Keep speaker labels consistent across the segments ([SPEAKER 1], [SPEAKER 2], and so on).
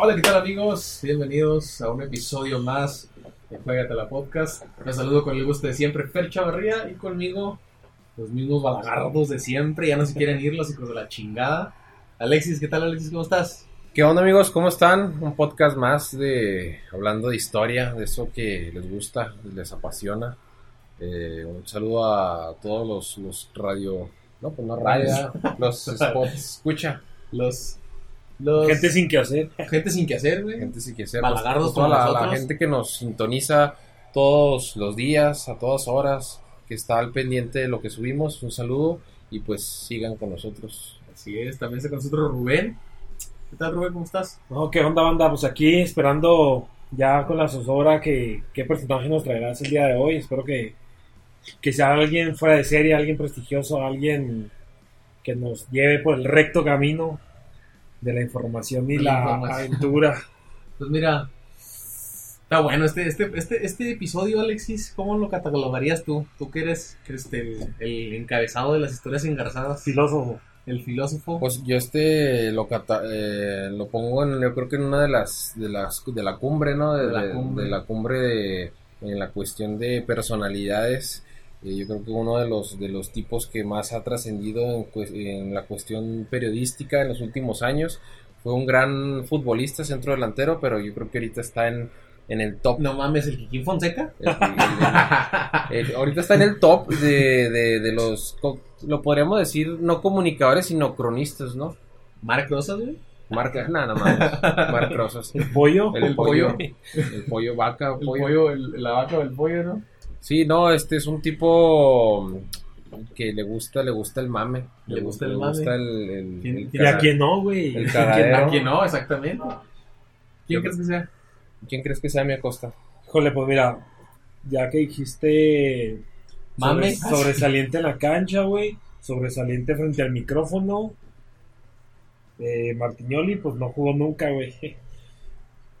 [SPEAKER 1] Hola, ¿qué tal amigos? Bienvenidos a un episodio más de Juegate la Podcast. Les saludo con el gusto de siempre, Fer Chavarría y conmigo los mismos balagardos de siempre. Ya no se quieren ir los hijos de la chingada. Alexis, ¿qué tal Alexis? ¿Cómo estás?
[SPEAKER 2] ¿Qué onda amigos? ¿Cómo están? Un podcast más de hablando de historia, de eso que les gusta, les apasiona. Eh, un saludo a todos los, los radio, no, pues no radio, los spots, escucha,
[SPEAKER 1] Los... los
[SPEAKER 3] Gente sin que hacer.
[SPEAKER 1] gente sin que hacer, güey.
[SPEAKER 2] gente si quisiera,
[SPEAKER 1] Malagardos
[SPEAKER 2] toda
[SPEAKER 1] como
[SPEAKER 2] la, la
[SPEAKER 1] nosotros.
[SPEAKER 2] gente que nos sintoniza todos los días, a todas horas, que está al pendiente de lo que subimos. Un saludo y pues sigan con nosotros.
[SPEAKER 1] Así es, también está con nosotros Rubén. ¿Qué tal Rubén? ¿Cómo estás?
[SPEAKER 3] No, ¿qué onda, banda? Pues aquí esperando ya con la zozobra que qué personaje nos traerás el día de hoy. Espero que, que sea alguien fuera de serie, alguien prestigioso, alguien que nos lleve por el recto camino de la información y
[SPEAKER 1] De
[SPEAKER 3] la,
[SPEAKER 1] la información.
[SPEAKER 3] aventura.
[SPEAKER 1] Pues mira, está bueno este, este, este, este episodio, Alexis. ¿Cómo lo catalogarías tú? Tú que eres este, el, el encabezado de las historias engarzadas,
[SPEAKER 3] Filósofo.
[SPEAKER 1] el filósofo.
[SPEAKER 2] Pues yo este lo cata- eh, lo pongo en yo creo que en una de las de las de la cumbre, ¿no? De,
[SPEAKER 1] De la
[SPEAKER 2] de- de la
[SPEAKER 1] cumbre.
[SPEAKER 2] cumbre de, en la cuestión de personalidades. Eh, yo creo que uno de los de los tipos que más ha trascendido en, cues- en la cuestión periodística en los últimos años. Fue un gran futbolista, centro delantero, pero yo creo que ahorita está en, en el top.
[SPEAKER 1] No mames, el Kikín Fonseca.
[SPEAKER 2] El- el- el- eh, ahorita está en el top de, de, de los, co- lo podríamos decir, no comunicadores, sino cronistas, ¿no?
[SPEAKER 1] Marc Rosas, güey.
[SPEAKER 2] Marca, nada más. Marc Rosas.
[SPEAKER 3] El pollo.
[SPEAKER 2] El,
[SPEAKER 1] El pollo.
[SPEAKER 2] pollo. El pollo vaca,
[SPEAKER 1] El
[SPEAKER 2] pollo.
[SPEAKER 1] pollo, el- la vaca del pollo, ¿no?
[SPEAKER 2] Sí, no, este es un tipo que le gusta, le gusta el mame.
[SPEAKER 1] Le gusta el mame.
[SPEAKER 2] gusta el, el-
[SPEAKER 1] ¿Quién-
[SPEAKER 2] el
[SPEAKER 1] quién-
[SPEAKER 3] ¿Y a
[SPEAKER 2] caga-
[SPEAKER 3] quién no, güey?
[SPEAKER 2] El
[SPEAKER 3] ¿A quién
[SPEAKER 2] cagadero.
[SPEAKER 3] no?
[SPEAKER 1] ¿Quién no? Exactamente. ¿Quién crees que sea?
[SPEAKER 2] quién crees que sea mi acosta?
[SPEAKER 3] Híjole, pues mira, ya que dijiste
[SPEAKER 1] Mame.
[SPEAKER 3] sobre- sobresaliente en la cancha, güey, sobresaliente frente al micrófono, eh, Martiñoli, pues no jugó nunca, güey.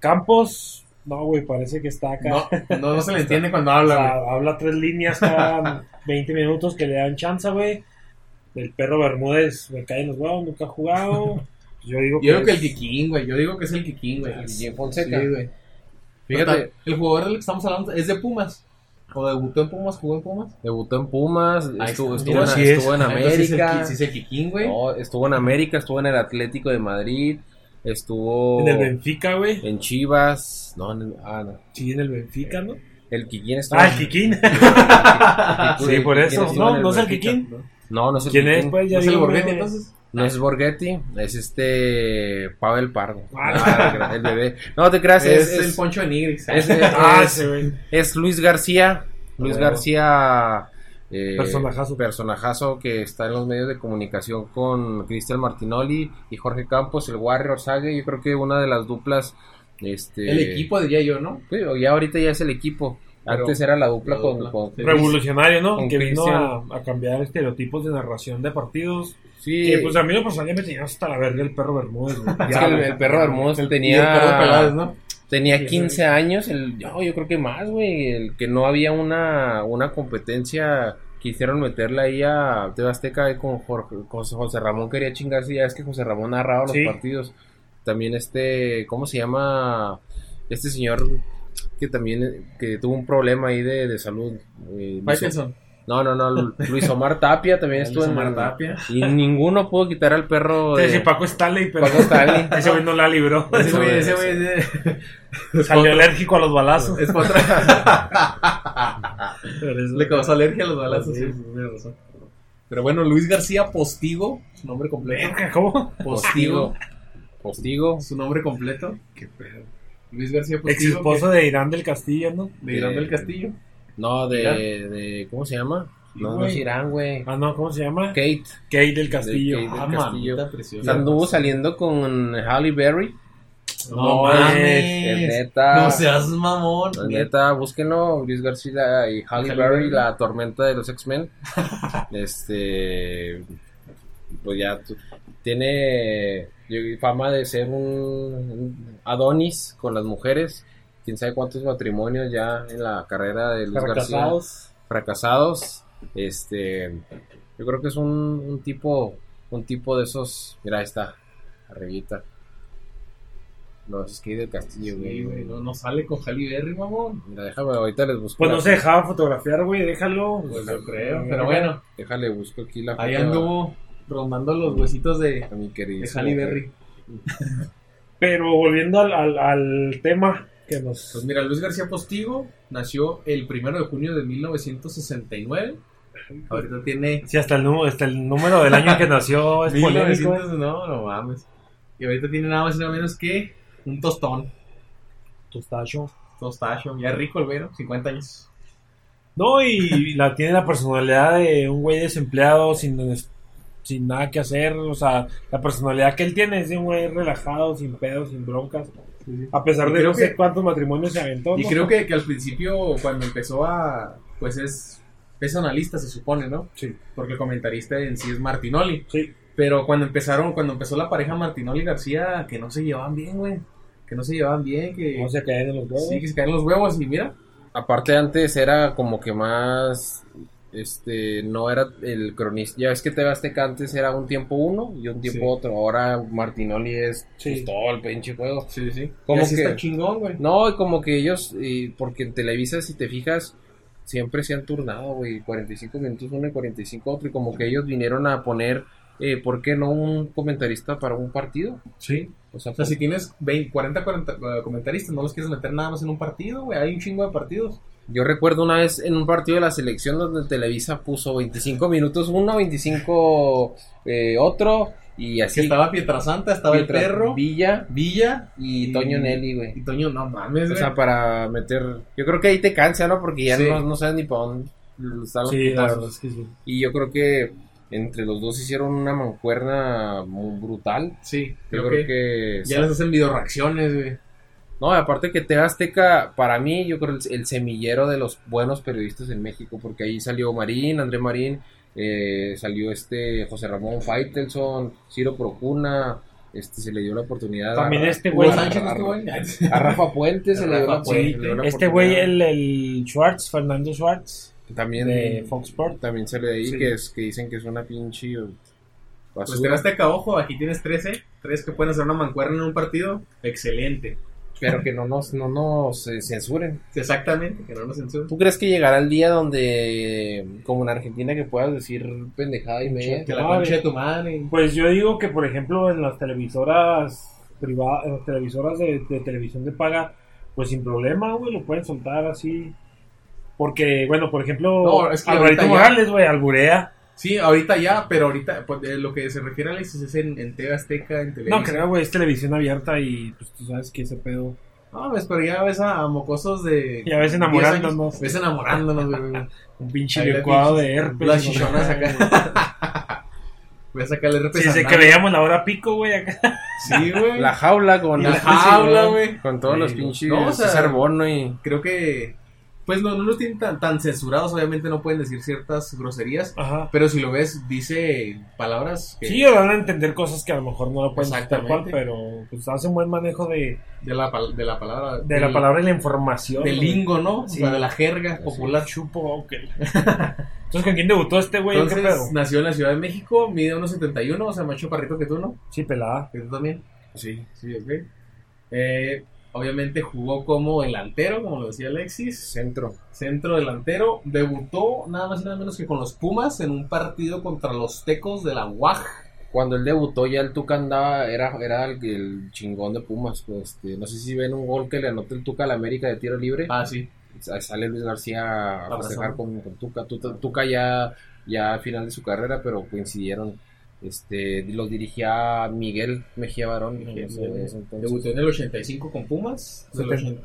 [SPEAKER 3] Campos, no, güey, parece que está acá.
[SPEAKER 1] No, no, no se le entiende cuando
[SPEAKER 3] O
[SPEAKER 1] habla,
[SPEAKER 3] sea,
[SPEAKER 1] güey.
[SPEAKER 3] habla tres líneas cada 20 minutos que le dan chance, güey. El perro Bermúdez me cae en los huevos, nunca ha jugado. Pues Yo digo
[SPEAKER 1] Yo digo que el
[SPEAKER 3] es-
[SPEAKER 1] Kikín, güey. Yo digo que es el Kikín, güey.
[SPEAKER 2] El
[SPEAKER 1] Sí,
[SPEAKER 2] Guillén Fonseca.
[SPEAKER 1] güey.
[SPEAKER 2] Fíjate,
[SPEAKER 1] El jugador del que estamos hablando es de Pumas. O debutó en Pumas, jugó en Pumas.
[SPEAKER 2] debutó en Pumas,
[SPEAKER 1] Ahí
[SPEAKER 2] estuvo,
[SPEAKER 1] está.
[SPEAKER 2] estuvo en,
[SPEAKER 3] Así es.
[SPEAKER 2] estuvo en América.
[SPEAKER 1] Si es el Kikín, güey.
[SPEAKER 2] No, estuvo en América, estuvo en el Atlético de Madrid, estuvo
[SPEAKER 3] En el Benfica, güey.
[SPEAKER 2] en Chivas. No, en el, ah, no.
[SPEAKER 3] Sí, en el Benfica, ¿no?
[SPEAKER 2] El Kikín estuvo
[SPEAKER 3] Ah,
[SPEAKER 2] en-
[SPEAKER 3] el Kikín. Sí,
[SPEAKER 2] El
[SPEAKER 3] por
[SPEAKER 2] Kikín
[SPEAKER 3] eso.
[SPEAKER 2] estuvo en
[SPEAKER 3] No, no es el
[SPEAKER 2] Benfica.
[SPEAKER 3] Kikín.
[SPEAKER 2] No, no es el
[SPEAKER 3] ¿Quién es?
[SPEAKER 2] Kikín.
[SPEAKER 3] Pues ya
[SPEAKER 1] ¿No es el
[SPEAKER 3] digo,
[SPEAKER 1] Borghetti
[SPEAKER 3] güey.
[SPEAKER 1] entonces?
[SPEAKER 2] No es Borghetti, es este Pavel Pardo.
[SPEAKER 3] Ah.
[SPEAKER 2] Ah, el bebé. No te creas,
[SPEAKER 1] Es,
[SPEAKER 2] es,
[SPEAKER 1] el
[SPEAKER 2] es,
[SPEAKER 1] Poncho de Nigris.
[SPEAKER 2] es-
[SPEAKER 3] Ah,
[SPEAKER 2] es-
[SPEAKER 3] ese, güey.
[SPEAKER 2] es Luis García. Luis
[SPEAKER 3] Bueno.
[SPEAKER 2] García. eh,
[SPEAKER 3] Personajazo.
[SPEAKER 2] personajazo que está en los medios de comunicación con Cristian Martinoli y Jorge Campos, el Warrior Sague. Yo creo que una de las duplas. Este,
[SPEAKER 1] el equipo, diría yo, ¿no?
[SPEAKER 2] Sí, ya ahorita ya es el equipo.
[SPEAKER 1] Pero-
[SPEAKER 2] Antes era la dupla,
[SPEAKER 1] la
[SPEAKER 2] con-
[SPEAKER 1] dupla.
[SPEAKER 2] con. con-
[SPEAKER 3] revolucionario, ¿no?
[SPEAKER 2] Con
[SPEAKER 3] Que vino
[SPEAKER 2] Cristian.
[SPEAKER 3] a, a cambiar estereotipos de narración de partidos.
[SPEAKER 2] Sí,
[SPEAKER 3] Que pues a mí lo personal ya me tenía hasta la verga el perro Bermúdez. güey.
[SPEAKER 2] es
[SPEAKER 3] Ya,
[SPEAKER 2] que el,
[SPEAKER 3] güey.
[SPEAKER 2] el perro hermoso tenía.
[SPEAKER 1] Y el perro Peláez, ¿no?
[SPEAKER 2] Tenía 15 años, el, yo, yo creo que más, güey, el que no había una, una competencia, quisieron meterla ahí a TV Azteca ahí con Jorge, con José Ramón quería chingarse, ya es que José Ramón narraba los
[SPEAKER 3] Sí.
[SPEAKER 2] partidos. También este, ¿cómo se llama? Este señor que también, eh, que tuvo un problema ahí de, de salud. eh, Luis-
[SPEAKER 1] Faitelson.
[SPEAKER 2] no, no, no, Lu- Luis Omar Tapia también estuvo en...
[SPEAKER 1] Omar Tapia.
[SPEAKER 2] Y ninguno pudo quitar al perro
[SPEAKER 3] Te decía
[SPEAKER 2] de...
[SPEAKER 3] Paco Stanley, pero
[SPEAKER 2] Paco Stanley.
[SPEAKER 3] ese güey no la libró.
[SPEAKER 1] Ese güey, ese
[SPEAKER 2] Eso,
[SPEAKER 1] güey es de-
[SPEAKER 3] Salió alérgico a los balazos.
[SPEAKER 1] es para atrás.
[SPEAKER 3] Pero es-
[SPEAKER 1] Le causó alergia a los balazos.
[SPEAKER 3] Sí,
[SPEAKER 1] sí, tiene razón. Pero bueno, Luis García Postigo, su nombre completo.
[SPEAKER 3] Verga, ¿Cómo?
[SPEAKER 2] Postigo. Postigo.
[SPEAKER 1] Su nombre completo. Qué pedo. Luis García
[SPEAKER 2] Pues
[SPEAKER 3] Ex
[SPEAKER 1] Postigo.
[SPEAKER 3] esposo de Irán del Castillo, ¿no?
[SPEAKER 1] que- De Irán del Castillo.
[SPEAKER 2] No, de,
[SPEAKER 1] Irán.
[SPEAKER 2] de. ¿Cómo se llama? No, no
[SPEAKER 3] güey.
[SPEAKER 2] es Irán, güey.
[SPEAKER 3] Ah, no, ¿cómo se llama?
[SPEAKER 2] Kate.
[SPEAKER 3] Kate del
[SPEAKER 2] De Kate
[SPEAKER 3] Castillo.
[SPEAKER 2] del
[SPEAKER 1] Ah,
[SPEAKER 2] Castillo.
[SPEAKER 1] mamita preciosa.
[SPEAKER 2] Anduvo saliendo con Halle Berry.
[SPEAKER 3] No
[SPEAKER 2] Es
[SPEAKER 3] mames.
[SPEAKER 2] neta.
[SPEAKER 1] No seas mamón.
[SPEAKER 2] es neta, búsquenlo. Luis García y Halle
[SPEAKER 1] Halle Berry.
[SPEAKER 2] Berry, la tormenta de los X-Men. este. Pues ya. tu- Tiene. Llegó Fama de ser un- un Adonis con las mujeres. Quién sabe cuántos matrimonios ya en la carrera de Luis García.
[SPEAKER 3] Fracasados.
[SPEAKER 2] fracasados. Este, yo creo que es un, un tipo, un tipo de esos. Mira, ahí está, arribita. No, es que del castillo, güey.
[SPEAKER 1] Sí, güey,
[SPEAKER 2] güey.
[SPEAKER 1] no, no sale con Halle Berry, mamón.
[SPEAKER 2] Mira, déjame, ahorita les busco.
[SPEAKER 3] Pues
[SPEAKER 2] la-
[SPEAKER 3] no se dejaba fotografiar, güey, déjalo.
[SPEAKER 1] Pues yo creo. Pero bueno,
[SPEAKER 2] Déjale, busco aquí la
[SPEAKER 1] ahí
[SPEAKER 2] foto
[SPEAKER 1] anduvo rondando los huesitos de,
[SPEAKER 2] a mi querido.
[SPEAKER 1] de Halle Berry.
[SPEAKER 3] Pero volviendo al, al, al tema que
[SPEAKER 1] Pues
[SPEAKER 3] nos...
[SPEAKER 1] mira, Luis García Postigo nació el primero de junio de 1969. Ahorita tiene
[SPEAKER 3] Sí, hasta el, nu- hasta el número del año que nació es polémico. eh.
[SPEAKER 1] 1900, no, no mames. Y ahorita tiene nada más y nada menos que un tostón.
[SPEAKER 3] Tustacho.
[SPEAKER 1] Tostacho. Ya rico el güey, ¿no? 50 años.
[SPEAKER 3] No, y la tiene la personalidad de un güey desempleado, sin, sin nada que hacer. O sea, la personalidad que él tiene es de un güey relajado, sin pedos, sin broncas. A pesar
[SPEAKER 1] Y
[SPEAKER 3] de
[SPEAKER 1] creo
[SPEAKER 3] no sé
[SPEAKER 1] que-
[SPEAKER 3] cuántos matrimonios se aventó.
[SPEAKER 1] Y
[SPEAKER 3] ¿no?
[SPEAKER 1] creo que, que al principio, cuando empezó a. Pues es. Es analista, se supone, ¿no?
[SPEAKER 3] Sí.
[SPEAKER 1] Porque el comentarista en sí es Martinoli.
[SPEAKER 3] Sí.
[SPEAKER 1] Pero cuando empezaron, cuando empezó la pareja Martinoli y García, que no se llevaban bien, güey. Que no se llevaban bien, que.
[SPEAKER 3] No se cae de los huevos.
[SPEAKER 1] Sí, que se caen los huevos y mira.
[SPEAKER 2] Aparte, antes era como que más. Este, no era el cronista. Ya ves que TV Azteca antes era un tiempo uno y un tiempo
[SPEAKER 1] Sí.
[SPEAKER 2] otro. Ahora Martinoli es
[SPEAKER 3] Sí.
[SPEAKER 2] pues, todo el pinche juego.
[SPEAKER 1] Sí, sí.
[SPEAKER 2] ¿Cómo
[SPEAKER 1] y así
[SPEAKER 2] que?
[SPEAKER 1] está chingón, güey.
[SPEAKER 2] No, y como que ellos, y porque en Televisa, si te fijas, siempre se han turnado, güey, 45 minutos uno y 45 otro, y como que ellos vinieron a poner, eh, ¿por qué no un comentarista para un partido?
[SPEAKER 1] Sí.
[SPEAKER 2] O sea,
[SPEAKER 1] O sea,
[SPEAKER 2] pues,
[SPEAKER 1] si tienes 20, 40, 40 eh, comentaristas, no los quieres meter nada más en un partido, güey. Hay un chingo de partidos.
[SPEAKER 2] yo recuerdo una vez en un partido de la selección donde Televisa puso 25 minutos uno, 25 eh, otro, y
[SPEAKER 1] Que
[SPEAKER 2] así.
[SPEAKER 1] estaba Pietrasanta, estaba
[SPEAKER 2] mientras
[SPEAKER 1] el perro,
[SPEAKER 2] Villa
[SPEAKER 1] Villa
[SPEAKER 2] y Toño Nelly, güey.
[SPEAKER 1] Y Toño, no mames,
[SPEAKER 2] O
[SPEAKER 1] güey.
[SPEAKER 2] sea, para meter, yo creo que ahí te cansa, ¿no? Porque ya
[SPEAKER 1] Sí.
[SPEAKER 2] no, no sabes ni para dónde
[SPEAKER 1] pues,
[SPEAKER 2] están los
[SPEAKER 3] Sí, la
[SPEAKER 2] putazos.
[SPEAKER 3] verdad es que sí.
[SPEAKER 2] Y yo creo que entre los dos hicieron una mancuerna muy brutal.
[SPEAKER 1] sí,
[SPEAKER 2] Yo
[SPEAKER 1] creo,
[SPEAKER 2] creo,
[SPEAKER 1] que,
[SPEAKER 2] que.
[SPEAKER 1] ya les hacen videoreacciones, güey.
[SPEAKER 2] No, aparte que TV Azteca, para mí, yo creo el, el semillero de los buenos periodistas en México, porque ahí salió Marín, André Marín, eh, salió este José Ramón Faitelson, Ciro Procuna, este se le dio la oportunidad
[SPEAKER 3] También
[SPEAKER 2] a,
[SPEAKER 3] este
[SPEAKER 1] Hugo
[SPEAKER 3] güey.
[SPEAKER 1] Sánchez,
[SPEAKER 2] a-
[SPEAKER 1] este güey.
[SPEAKER 2] a Rafa Puente, se
[SPEAKER 1] A
[SPEAKER 2] le dio la
[SPEAKER 1] Rafa Puente.
[SPEAKER 2] se le dio la
[SPEAKER 3] Este güey,
[SPEAKER 2] oportunidad.
[SPEAKER 3] el, el Schwartz, Fernando Schwartz,
[SPEAKER 2] también
[SPEAKER 3] de Fox Sports.
[SPEAKER 2] También sale de ahí
[SPEAKER 1] Sí.
[SPEAKER 2] que, es, que dicen que es una pinche
[SPEAKER 1] Pues
[SPEAKER 2] basura.
[SPEAKER 1] te hasta acá, ojo, aquí tienes 13. Tres que pueden hacer una mancuerna en un partido. Excelente.
[SPEAKER 2] pero que no nos, no nos eh, censuren.
[SPEAKER 1] Exactamente, que no nos censuren.
[SPEAKER 2] ¿Tú crees que llegará el día donde, como en Argentina, que puedas decir pendejada y media?
[SPEAKER 1] Que la
[SPEAKER 3] Madre.
[SPEAKER 1] concha de tu madre.
[SPEAKER 3] Pues yo digo que, por ejemplo, en las televisoras privadas, en las televisoras de, de televisión de paga, pues sin problema, güey, lo pueden soltar así. Porque, bueno, por ejemplo,
[SPEAKER 1] No, es que ahorita
[SPEAKER 3] Alvarito
[SPEAKER 1] ya-
[SPEAKER 3] Morales, güey, alburea.
[SPEAKER 1] Sí, ahorita ya, pero ahorita pues, eh, lo que se refiere a Alexis es en, en TV Azteca, en Televisa.
[SPEAKER 3] No creo, güey, es televisión abierta y pues tú sabes que ese pedo.
[SPEAKER 1] No, pues, pero ya ves a, a mocosos de.
[SPEAKER 3] Ya ves
[SPEAKER 1] 10
[SPEAKER 3] enamorándonos.
[SPEAKER 1] años, Ves enamorándonos, güey.
[SPEAKER 3] Un pinche
[SPEAKER 1] Ahí la
[SPEAKER 3] licuado
[SPEAKER 1] pinches-
[SPEAKER 3] de herpes.
[SPEAKER 1] Las
[SPEAKER 3] güey.
[SPEAKER 1] chichonas acá. Voy a sacar el herpes.
[SPEAKER 3] Sí, desde
[SPEAKER 1] anal.
[SPEAKER 3] que veíamos la hora pico, güey, acá.
[SPEAKER 1] Sí, güey.
[SPEAKER 2] La jaula con
[SPEAKER 1] Y la
[SPEAKER 2] las-
[SPEAKER 1] jaula, güey.
[SPEAKER 2] Con todos
[SPEAKER 3] Sí,
[SPEAKER 2] los pinches
[SPEAKER 1] no, o sea-
[SPEAKER 2] César Bono y...
[SPEAKER 1] Creo que. Pues no, no los tienen tan, tan censurados, obviamente no pueden decir ciertas groserías.
[SPEAKER 3] Ajá.
[SPEAKER 1] Pero si lo ves, dice palabras que-
[SPEAKER 3] Sí, van a entender cosas que a lo mejor no lo pueden tal
[SPEAKER 1] Exactamente.
[SPEAKER 3] cual, pero pues hace un buen manejo de,
[SPEAKER 1] de, la, pal- de la palabra.
[SPEAKER 3] de la
[SPEAKER 1] del-
[SPEAKER 3] palabra y la información.
[SPEAKER 1] Del
[SPEAKER 3] güey.
[SPEAKER 1] lingo, ¿no? O
[SPEAKER 3] Sí.
[SPEAKER 1] sea, de la jerga
[SPEAKER 2] Así
[SPEAKER 1] popular.
[SPEAKER 3] Chupo, ok. Entonces, ¿con quién debutó este güey? ¿Qué pedo?
[SPEAKER 1] Entonces, nació en la Ciudad de México, mide 1,71, o sea, más chaparrito que tú, ¿no?
[SPEAKER 3] Sí, pelada.
[SPEAKER 1] Que tú también.
[SPEAKER 2] Sí.
[SPEAKER 1] Sí, ok. Eh, obviamente jugó como delantero, como lo decía Alexis.
[SPEAKER 2] Centro.
[SPEAKER 1] centro delantero, debutó nada más y nada menos que con los Pumas en un partido contra los Tecos de la UAG.
[SPEAKER 2] Cuando él debutó ya el Tuca andaba, era, era el, el chingón de Pumas. Pues, este, no sé si ven un gol que le anotó el Tuca a la América de tiro libre.
[SPEAKER 1] Ah, sí.
[SPEAKER 2] Sa- Sale Luis García a
[SPEAKER 1] Abrazando.
[SPEAKER 2] festejar con, con Tuca. Tuca, Tuca ya, ya al final de su carrera, pero coincidieron. Este, los dirigía Miguel Mejía Barón.
[SPEAKER 1] Miguel,
[SPEAKER 2] en ese- en ese entonces.
[SPEAKER 1] Debutó en el 85 con Pumas, del,
[SPEAKER 3] Setenta.
[SPEAKER 1] ochen-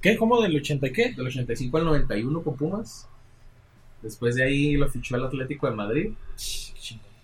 [SPEAKER 3] ¿Qué? ¿Cómo del 80 y qué?
[SPEAKER 1] del 85 al 91 con Pumas. Después de ahí lo fichó el Atlético de Madrid.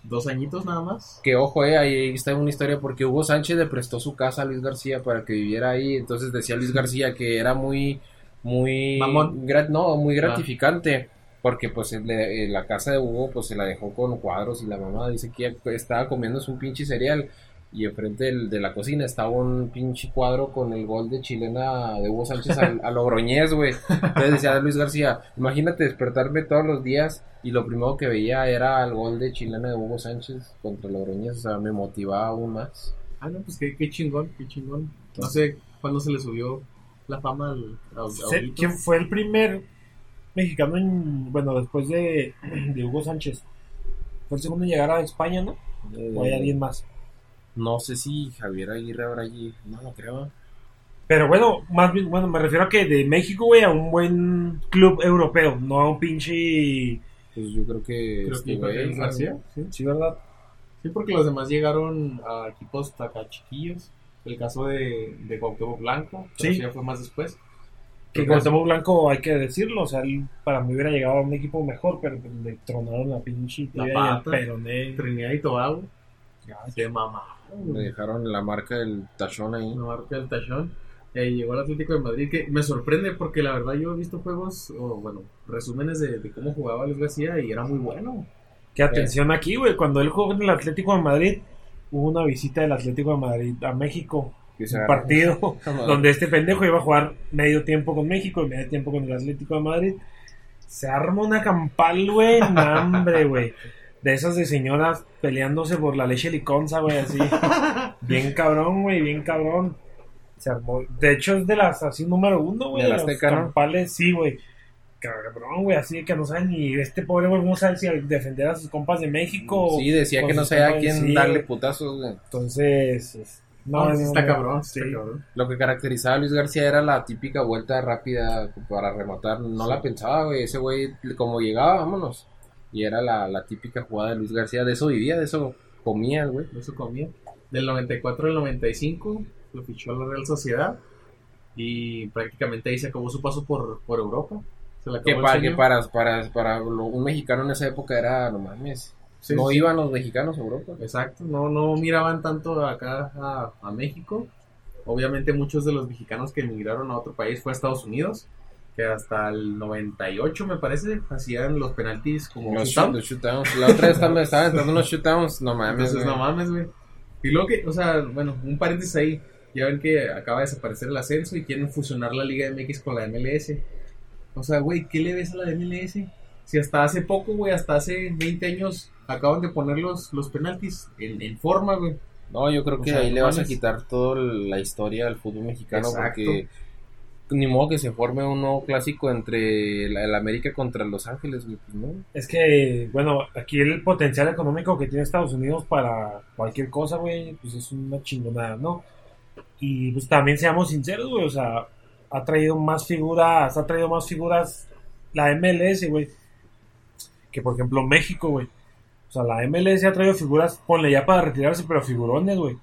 [SPEAKER 1] Dos añitos nada más.
[SPEAKER 2] Que ojo, eh, ahí está una historia porque Hugo Sánchez le prestó su casa a Luis García para que viviera ahí. Entonces decía Luis García que era muy, muy,
[SPEAKER 1] Mamón.
[SPEAKER 2] grat- no, muy
[SPEAKER 1] Ah.
[SPEAKER 2] gratificante. Porque pues el de- eh, la casa de Hugo pues se la dejó con cuadros y la mamá dice que ya estaba comiéndose un pinche cereal. y enfrente del- de la cocina estaba un pinche cuadro con el gol de chilena de Hugo Sánchez al, a Logroñez, güey. Entonces decía Luis García, imagínate despertarme todos los días y lo primero que veía era el gol de chilena de Hugo Sánchez contra Logroñez, o sea, me motivaba aún más.
[SPEAKER 1] Ah, no, pues qué, qué chingón, qué chingón. No sé cuándo se le subió la fama al a- a
[SPEAKER 3] Se-
[SPEAKER 1] Huguito.
[SPEAKER 3] ¿Quién fue el primer mexicano en, bueno, después de, de Hugo Sánchez? Fue el segundo en llegar a España, ¿no? O hay alguien más.
[SPEAKER 2] Eh, No sé si Javier Aguirre habrá allí, no lo creo.
[SPEAKER 3] Pero bueno, más bien, bueno, me refiero a que de México, güey, a un buen club europeo, no a un pinche...
[SPEAKER 2] Pues yo creo que... este
[SPEAKER 1] Creo
[SPEAKER 3] Este,
[SPEAKER 1] que
[SPEAKER 2] güey,
[SPEAKER 1] Gabriel García.
[SPEAKER 3] Sí, sí, ¿verdad?
[SPEAKER 1] Sí, porque los demás llegaron a equipos taca chiquillos. El caso de, de Cuauhtémoc Blanco,
[SPEAKER 3] Sí.
[SPEAKER 1] pero eso ya fue más después.
[SPEAKER 3] Que
[SPEAKER 1] Creo que-
[SPEAKER 3] Cuauhtémoc Blanco, hay que decirlo, o sea, él para mí hubiera llegado a un equipo mejor, pero pues, le tronaron la pinche
[SPEAKER 1] La
[SPEAKER 3] tibia y el
[SPEAKER 1] pata.
[SPEAKER 3] peroné.
[SPEAKER 1] Trinidad y Tobago,
[SPEAKER 3] Gacho.
[SPEAKER 1] de mamá.
[SPEAKER 2] Me dejaron la marca del tachón ahí.
[SPEAKER 1] Una marca del tachón. Eh, llegó al Atlético de Madrid, que me sorprende porque la verdad yo he visto juegos, o bueno, resúmenes de, de cómo jugaba Luis García y era muy bueno.
[SPEAKER 3] Que atención aquí, güey, cuando él jugó en el Atlético de Madrid, hubo una visita del Atlético de Madrid a México,
[SPEAKER 2] Que se
[SPEAKER 3] un
[SPEAKER 2] agarra-
[SPEAKER 3] partido donde este pendejo iba a jugar medio tiempo con México y medio tiempo con el Atlético de Madrid. Se arma una campal, güey, no, hambre, güey. De esas de señoras peleándose por la leche liconza, güey, así. Bien cabrón, güey, bien cabrón. Se armó. De hecho, es de las así número uno, güey.
[SPEAKER 2] De la
[SPEAKER 3] las
[SPEAKER 2] Azteca, ¿no?
[SPEAKER 3] campales, sí, güey. Cabrón, güey, así que no sabe ni este pobre, güey, no sabe si defender a sus compas de México. o-
[SPEAKER 2] Sí, decía
[SPEAKER 3] con
[SPEAKER 2] que no
[SPEAKER 3] sus
[SPEAKER 2] sabía a
[SPEAKER 3] compas,
[SPEAKER 2] quién
[SPEAKER 3] sí,
[SPEAKER 2] darle
[SPEAKER 3] güey.
[SPEAKER 2] putazos, güey.
[SPEAKER 3] Entonces, es-
[SPEAKER 1] No, sí está
[SPEAKER 3] no,
[SPEAKER 1] cabrón, sí
[SPEAKER 3] sí.
[SPEAKER 1] está cabrón.
[SPEAKER 2] Lo que caracterizaba a Luis García era la típica vuelta rápida para rematar. No la pensaba, güey. Ese güey, como llegaba, vámonos. Y era la, la típica jugada de Luis García. De eso vivía, de eso comía, güey.
[SPEAKER 1] de su comida. Del 94 al 95 lo fichó a la Real Sociedad y prácticamente ahí se acabó su paso por, por Europa. Se le acabó
[SPEAKER 2] Que,
[SPEAKER 1] el
[SPEAKER 2] para,
[SPEAKER 1] sueño.
[SPEAKER 2] que para, para, para lo- un mexicano en esa época era, no mames.
[SPEAKER 1] Sí,
[SPEAKER 2] no
[SPEAKER 1] sí,
[SPEAKER 2] iban los mexicanos a Europa.
[SPEAKER 1] Exacto, no, no miraban tanto acá a, a México. Obviamente muchos de los mexicanos que emigraron a otro país fue a Estados Unidos, que hasta el 98 me parece hacían los penaltis como
[SPEAKER 2] Los,
[SPEAKER 1] shootout.
[SPEAKER 2] shoot- los shootdowns. La otra vez también estaban entrando unos shootdowns. No mames.
[SPEAKER 1] Entonces,
[SPEAKER 2] Ah, güey.
[SPEAKER 1] no mames, güey. Y luego que, o sea, bueno, un paréntesis ahí. Ya ven que acaba de desaparecer el ascenso y quieren fusionar la Liga MX con la MLS. O sea, güey, ¿qué le ves a la MLS? Si hasta hace poco, güey, hasta hace 20 años acaban de poner los, los penaltis en, en forma, güey.
[SPEAKER 2] No, yo creo
[SPEAKER 1] O
[SPEAKER 2] que
[SPEAKER 1] sea,
[SPEAKER 2] ahí
[SPEAKER 1] no
[SPEAKER 2] le vas a
[SPEAKER 1] mames.
[SPEAKER 2] quitar toda la historia del fútbol mexicano
[SPEAKER 1] Exacto.
[SPEAKER 2] porque ni modo que se forme un nuevo clásico entre la- el América contra Los Ángeles, güey, pues, ¿no?
[SPEAKER 3] Es que, bueno, aquí el potencial económico que tiene Estados Unidos para cualquier cosa, güey, pues es una chingonada, ¿no? Y pues también seamos sinceros, güey, o sea, ha traído más figuras, ha traído más figuras la MLS, güey, que por ejemplo México, güey. O sea, la MLS ha traído figuras, ponle ya para retirarse, pero figurones, güey.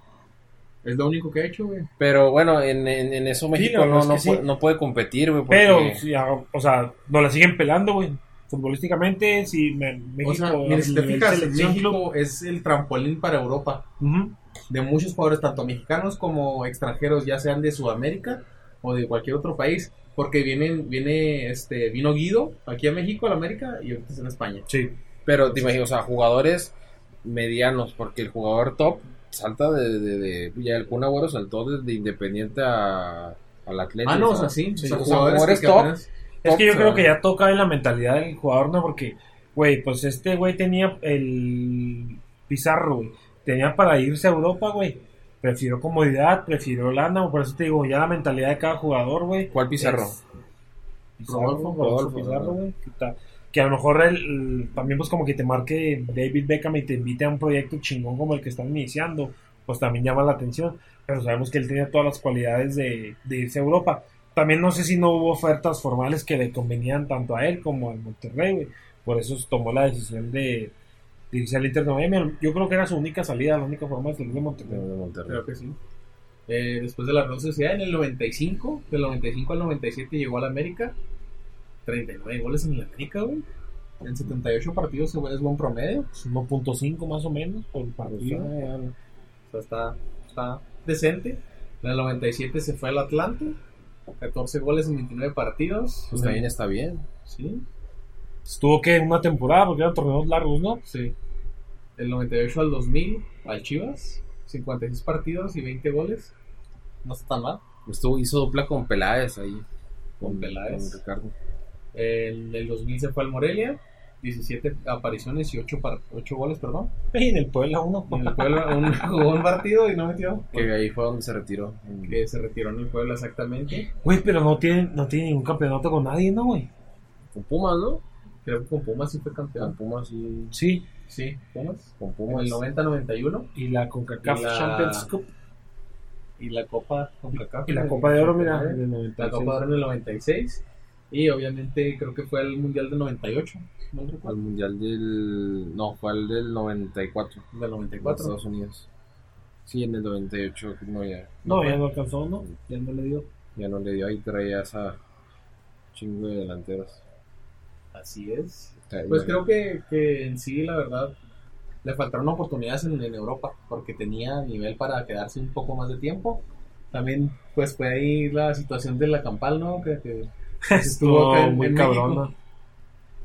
[SPEAKER 1] Es lo único que ha hecho, güey.
[SPEAKER 2] Pero bueno, en, en- en eso México no,
[SPEAKER 3] la verdad es
[SPEAKER 2] no
[SPEAKER 3] que sí.
[SPEAKER 2] puede, no puede competir, güey, porque
[SPEAKER 3] Pero, sí, a- o sea, no la siguen pelando, güey. Futbolísticamente, sí, me- México,
[SPEAKER 1] O sea,
[SPEAKER 3] a
[SPEAKER 1] mira, si te
[SPEAKER 3] nivel
[SPEAKER 1] fijas,
[SPEAKER 3] selección,
[SPEAKER 1] México es el trampolín para Europa.
[SPEAKER 3] ujú,
[SPEAKER 1] de muchos jugadores, tanto mexicanos como extranjeros, ya sean de Sudamérica o de cualquier otro país, porque vienen, viene, este, vino Guido aquí a México, a la América, y ahorita está en España.
[SPEAKER 3] sí.
[SPEAKER 2] pero te imaginas, o sea, jugadores medianos, porque el jugador top salta de, de, de- ya el Kun Agüero saltó desde Independiente a al Atlético.
[SPEAKER 1] Ah, no,
[SPEAKER 2] o
[SPEAKER 1] o sea,
[SPEAKER 2] sea,
[SPEAKER 1] sí, o sea,
[SPEAKER 2] o sea,
[SPEAKER 1] jugadores
[SPEAKER 2] jugadores
[SPEAKER 1] que
[SPEAKER 2] top.
[SPEAKER 1] apenas-
[SPEAKER 3] Es que yo
[SPEAKER 2] Oxxo.
[SPEAKER 3] creo que ya toca en la mentalidad del jugador, ¿no? Porque, güey, pues este güey tenía el Pizarro, güey. Tenía para irse a Europa, güey. Prefirió comodidad, prefirió lana, güey. por eso te digo, ya la mentalidad de cada jugador, güey.
[SPEAKER 2] ¿Cuál Pizarro?
[SPEAKER 3] Es- Pizarro,
[SPEAKER 1] Rodolfo,
[SPEAKER 3] Rodolfo
[SPEAKER 2] Rodolfo,
[SPEAKER 3] Pizarro,
[SPEAKER 2] ¿no?
[SPEAKER 3] güey. Que, ta- que a lo mejor el, el- también, pues como que te marque David Beckham y te invite a un proyecto chingón como el que están iniciando, pues también llama la atención. Pero sabemos que él tenía todas las cualidades de, de irse a Europa. También no sé si no hubo ofertas formales que le convenían tanto a él como al Monterrey, güey. Por eso tomó la decisión de, de irse al Inter de Miami. Yo creo que era su única salida, la única forma de salir de
[SPEAKER 2] De
[SPEAKER 3] Monterrey.
[SPEAKER 2] Monterrey.
[SPEAKER 1] Creo que sí. Eh, después de la Real Sociedad, en el 95, del 95 al 97 llegó a la América. 39 goles en la América, güey. En 78 partidos ese güey, es buen promedio.
[SPEAKER 3] Pues, 1.5 más o menos por
[SPEAKER 2] Pues, ah,
[SPEAKER 3] partido.
[SPEAKER 2] ya, no.
[SPEAKER 1] O sea, está, está decente. En el 97 se fue al Atlante. 14 goles en 29 partidos.
[SPEAKER 2] Pues también está bien.
[SPEAKER 1] Sí,
[SPEAKER 3] Estuvo pues, que una temporada porque eran torneos largos, ¿no?
[SPEAKER 1] sí. Del 98 al 2000 al Chivas. 56 partidos y 20 goles. No está tan mal.
[SPEAKER 2] Estuvo, hizo dupla con Peláez ahí.
[SPEAKER 1] Con Peláez.
[SPEAKER 2] Con Ricardo.
[SPEAKER 1] En el 2000 se fue al Morelia. 17 apariciones y 8, goles, perdón.
[SPEAKER 4] Y en el Puebla uno.
[SPEAKER 1] Y En el Puebla un, jugó un partido y no metió.
[SPEAKER 2] Que ahí fue donde se retiró.
[SPEAKER 1] Que se retiró en el Puebla exactamente.
[SPEAKER 3] Güey, pero no tiene, no tiene ningún campeonato con nadie, ¿no, güey?
[SPEAKER 2] Con Pumas, ¿no?
[SPEAKER 1] Creo que con Pumas sí fue
[SPEAKER 2] Con
[SPEAKER 1] campeón.
[SPEAKER 2] Pumas, sí.
[SPEAKER 3] Sí.
[SPEAKER 1] Sí, Pumas.
[SPEAKER 2] Con
[SPEAKER 1] En
[SPEAKER 2] Pumas.
[SPEAKER 1] el 90-91.
[SPEAKER 3] Y la CONCACAF
[SPEAKER 1] Y la-
[SPEAKER 3] Champions Cup.
[SPEAKER 1] Y la Copa CONCACAF
[SPEAKER 3] Y la
[SPEAKER 1] en el
[SPEAKER 3] Copa de Oro, mira,
[SPEAKER 1] 89.
[SPEAKER 3] en el
[SPEAKER 1] La
[SPEAKER 3] 96.
[SPEAKER 1] Copa de Oro en el 96. Y obviamente creo que fue el Mundial del 98. No
[SPEAKER 2] Al
[SPEAKER 1] recuerdo.
[SPEAKER 2] Mundial del... No, fue al del 94.
[SPEAKER 1] Del
[SPEAKER 2] en
[SPEAKER 1] 94.
[SPEAKER 2] Estados Unidos. Sí, en el 98. No, ya.
[SPEAKER 3] No, ya no alcanzó, ¿no? Ya no le dio.
[SPEAKER 2] Ya no le dio ahí, traía esa chingo de delanteros.
[SPEAKER 1] Así es.
[SPEAKER 2] Traía-
[SPEAKER 1] Pues creo que, que en sí, la verdad, le faltaron oportunidades en, en Europa, porque tenía nivel para quedarse un poco más de tiempo. También, pues fue ahí la situación de la campal, ¿no? Que, que pues,
[SPEAKER 3] Estuvo
[SPEAKER 1] acá en-
[SPEAKER 3] muy
[SPEAKER 1] en
[SPEAKER 3] cabrona.
[SPEAKER 1] México.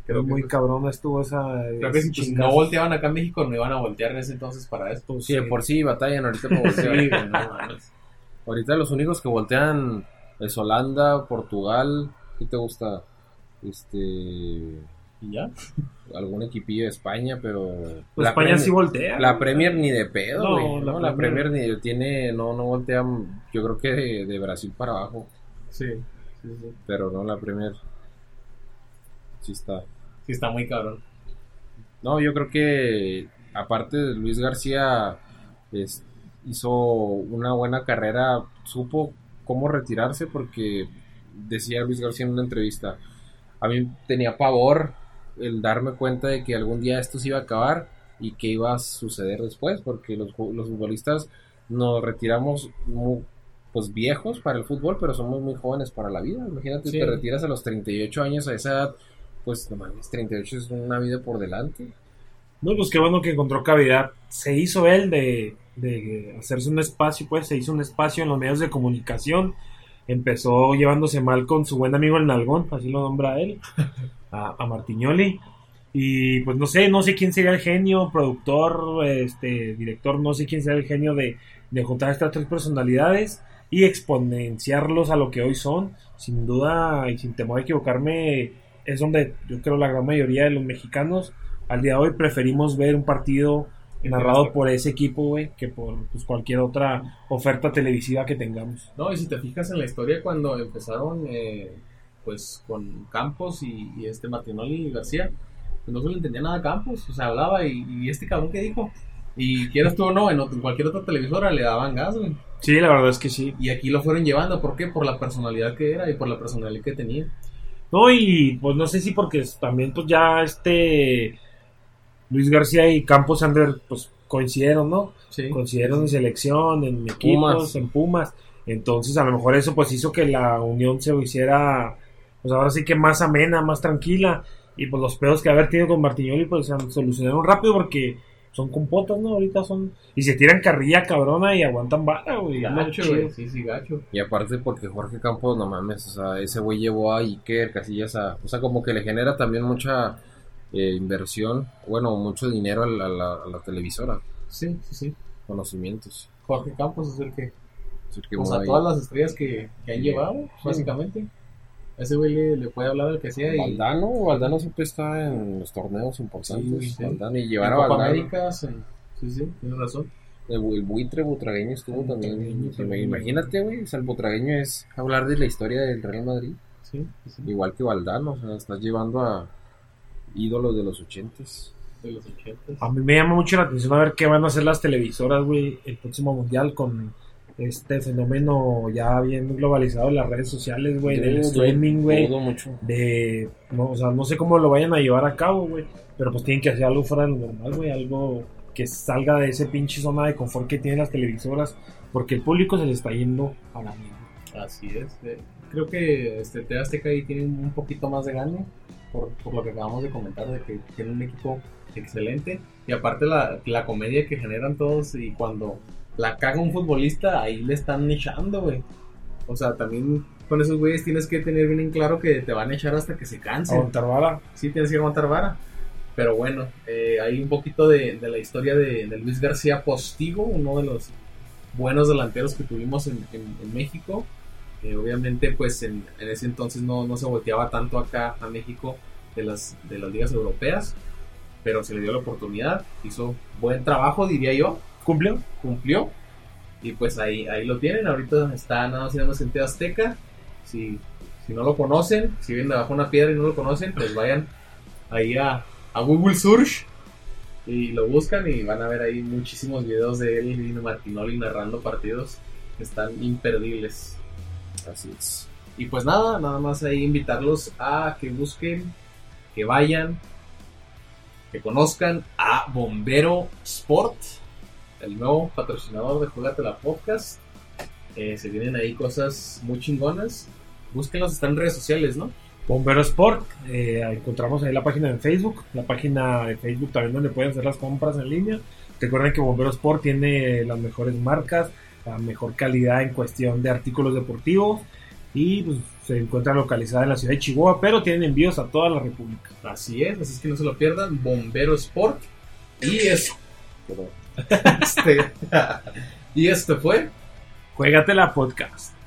[SPEAKER 1] creo que,
[SPEAKER 3] muy
[SPEAKER 1] pues,
[SPEAKER 3] cabrona estuvo esa.
[SPEAKER 1] creo que si pues, no volteaban acá en México, no iban a voltear en ese entonces para esto.
[SPEAKER 2] Sí, de por sí batallan ahorita por voltear.
[SPEAKER 1] Sí, güey, no mames.
[SPEAKER 2] Ahorita los únicos que voltean es Holanda, Portugal. ¿Qué te gusta? Este.
[SPEAKER 1] ¿Y ya?
[SPEAKER 2] Algún equipillo de España, pero.
[SPEAKER 3] Pues España
[SPEAKER 2] Premier-
[SPEAKER 3] sí voltea.
[SPEAKER 2] La Premier ni de pedo,
[SPEAKER 3] No,
[SPEAKER 2] güey.
[SPEAKER 3] la
[SPEAKER 2] No, la
[SPEAKER 3] Premier-
[SPEAKER 2] Premier ni tiene. No, no voltean. Yo creo que de, de Brasil para abajo.
[SPEAKER 1] Sí, sí, sí.
[SPEAKER 2] Pero no, la Premier. Sí está.
[SPEAKER 1] Sí, está muy cabrón.
[SPEAKER 2] No, yo creo que aparte de Luis García es- hizo una buena carrera, supo cómo retirarse porque decía Luis García en una entrevista, a mí tenía pavor el darme cuenta de que algún día esto se iba a acabar y que iba a suceder después porque los, ju- los futbolistas nos retiramos mu- pues viejos para el fútbol, pero somos muy jóvenes para la vida. Imagínate,
[SPEAKER 1] Sí.
[SPEAKER 2] te retiras a los 38 años a esa edad, pues no mames, 38 es una vida por delante.
[SPEAKER 3] No, pues qué bueno que encontró cavidad. Se hizo él de, de hacerse un espacio, pues se hizo un espacio en los medios de comunicación. Empezó llevándose mal con su buen amigo el Nalgón, así lo nombra él, a, a Martiñoli. Y pues no sé, no sé quién sería el genio, productor, este, director, no sé quién sería el genio de, de juntar estas tres personalidades y exponenciarlos a lo que hoy son. Sin duda y sin temor a equivocarme, es donde yo creo la gran mayoría de los mexicanos al día de hoy preferimos ver un partido narrado por ese equipo, güey, que por pues, cualquier otra oferta televisiva que tengamos.
[SPEAKER 1] No, y si te fijas en la historia cuando empezaron eh, pues con Campos y, y este Martinoli y García, pues no se le entendía nada a Campos, o sea, hablaba y, y este cabrón que dijo. Y quieras tú o no, en, otro- en cualquier otra televisora le daban gas, güey.
[SPEAKER 3] Sí, la verdad es que sí.
[SPEAKER 1] Y aquí lo fueron llevando, ¿por qué? Por la personalidad que era y por la personalidad que tenía.
[SPEAKER 3] No, y pues no sé si porque es- también pues ya este Luis García y Campos Sander pues coincidieron, ¿no?
[SPEAKER 1] Sí.
[SPEAKER 3] Coincidieron en selección, en equipos,
[SPEAKER 2] Pumas.
[SPEAKER 3] en Pumas. Entonces a lo mejor eso pues hizo que la unión se hiciera pues ahora sí que más amena, más tranquila. Y pues los pedos que haber tenido con Martiñoli pues se solucionaron rápido porque son compotas, ¿no? Ahorita son... Y se tiran carrilla cabrona y aguantan bala, güey. Es lo
[SPEAKER 1] Gacho,
[SPEAKER 3] chido.
[SPEAKER 1] güey. Sí, sí, gacho.
[SPEAKER 2] Y aparte porque Jorge Campos, no mames, o sea, ese güey llevó a Iker Casillas a... O sea, como que le genera también mucha eh, inversión, bueno, mucho dinero a la, a la- a la televisora,
[SPEAKER 1] Sí, sí, sí.
[SPEAKER 2] conocimientos.
[SPEAKER 1] Jorge Campos es el que.
[SPEAKER 2] Es el que
[SPEAKER 1] o
[SPEAKER 2] mueve
[SPEAKER 1] sea,
[SPEAKER 2] ahí.
[SPEAKER 1] todas las estrellas que, que han
[SPEAKER 2] Sí.
[SPEAKER 1] llevado, básicamente. Ese güey le, le puede hablar al que sea y.
[SPEAKER 2] Valdano, Valdano siempre está en los torneos importantes.
[SPEAKER 1] Sí, sí.
[SPEAKER 2] Valdano, y
[SPEAKER 1] en
[SPEAKER 2] llevar a
[SPEAKER 1] Copa
[SPEAKER 2] Valdano.
[SPEAKER 1] América, sí, sí, sí, tienes razón.
[SPEAKER 2] El, bu- el buitre butragueño estuvo
[SPEAKER 1] Butragueño,
[SPEAKER 2] también.
[SPEAKER 1] Butragueño.
[SPEAKER 2] Imagínate, güey, o sea, el butragueño es hablar de la historia del Real Madrid.
[SPEAKER 1] Sí, sí,
[SPEAKER 2] Igual que Valdano, o sea, estás llevando a ídolos de los ochentas.
[SPEAKER 1] de los 80.
[SPEAKER 3] A mí me llama mucho la atención a ver qué van a hacer las televisoras, güey, el próximo mundial con este fenómeno ya bien globalizado de las redes sociales, güey, del
[SPEAKER 2] Dudo,
[SPEAKER 3] streaming, güey,
[SPEAKER 2] Dudo mucho.
[SPEAKER 3] de, no, o sea, no sé cómo lo vayan a llevar a cabo, güey, pero pues tienen que hacer algo fuera de lo normal, güey, algo que salga de ese pinche zona de confort que tienen las televisoras, porque el público se le está yendo a la mierda.
[SPEAKER 1] Así es. eh. Creo que este, Te Azteca ahí tiene un poquito más de gane por, por lo que acabamos de comentar, de que tiene un equipo excelente. Y aparte la, la comedia que generan todos y cuando la caga un futbolista, ahí le están echando, güey. O sea, también con esos güeyes tienes que tener bien en claro que te van a echar hasta que se cansen.
[SPEAKER 3] Aguantar vara.
[SPEAKER 1] sí tienes que aguantar vara. Pero bueno, eh, hay un poquito de, de la historia de, de Luis García Postigo, uno de los buenos delanteros que tuvimos en, en- en México. Eh, obviamente, pues en, en ese entonces no, no se volteaba tanto acá a México de las, de las ligas europeas, pero se le dio la oportunidad, hizo buen trabajo, diría yo,
[SPEAKER 3] ¿Cumplió?
[SPEAKER 1] cumplió. Y pues ahí, ahí lo tienen, ahorita está nada más y nada más en TV Azteca. Si, si no lo conocen, si vienen debajo de una piedra y no lo conocen, pues vayan ahí a, a Google Search y lo buscan y van a ver ahí muchísimos videos de él y Martinoli narrando partidos que están imperdibles.
[SPEAKER 2] Así es.
[SPEAKER 1] Y pues nada, nada más ahí invitarlos a que busquen, que vayan, que conozcan a Bombero Sport, el nuevo patrocinador de Jugate la Podcast. Eh, se vienen ahí cosas muy chingonas. Búsquenlos, están en redes sociales, ¿no?
[SPEAKER 3] Bombero Sport, eh, encontramos ahí la página en Facebook, la página de Facebook también donde pueden hacer las compras en línea. Recuerden que Bombero Sport tiene las mejores marcas, la mejor calidad en cuestión de artículos deportivos y pues, se encuentra localizada en la ciudad de Chihuahua, pero tienen envíos a toda la República.
[SPEAKER 1] Así es, así es que no se lo pierdan. Bombero Sport. Y es-
[SPEAKER 2] Pero
[SPEAKER 1] este, y esto fue
[SPEAKER 3] Juégate la podcast.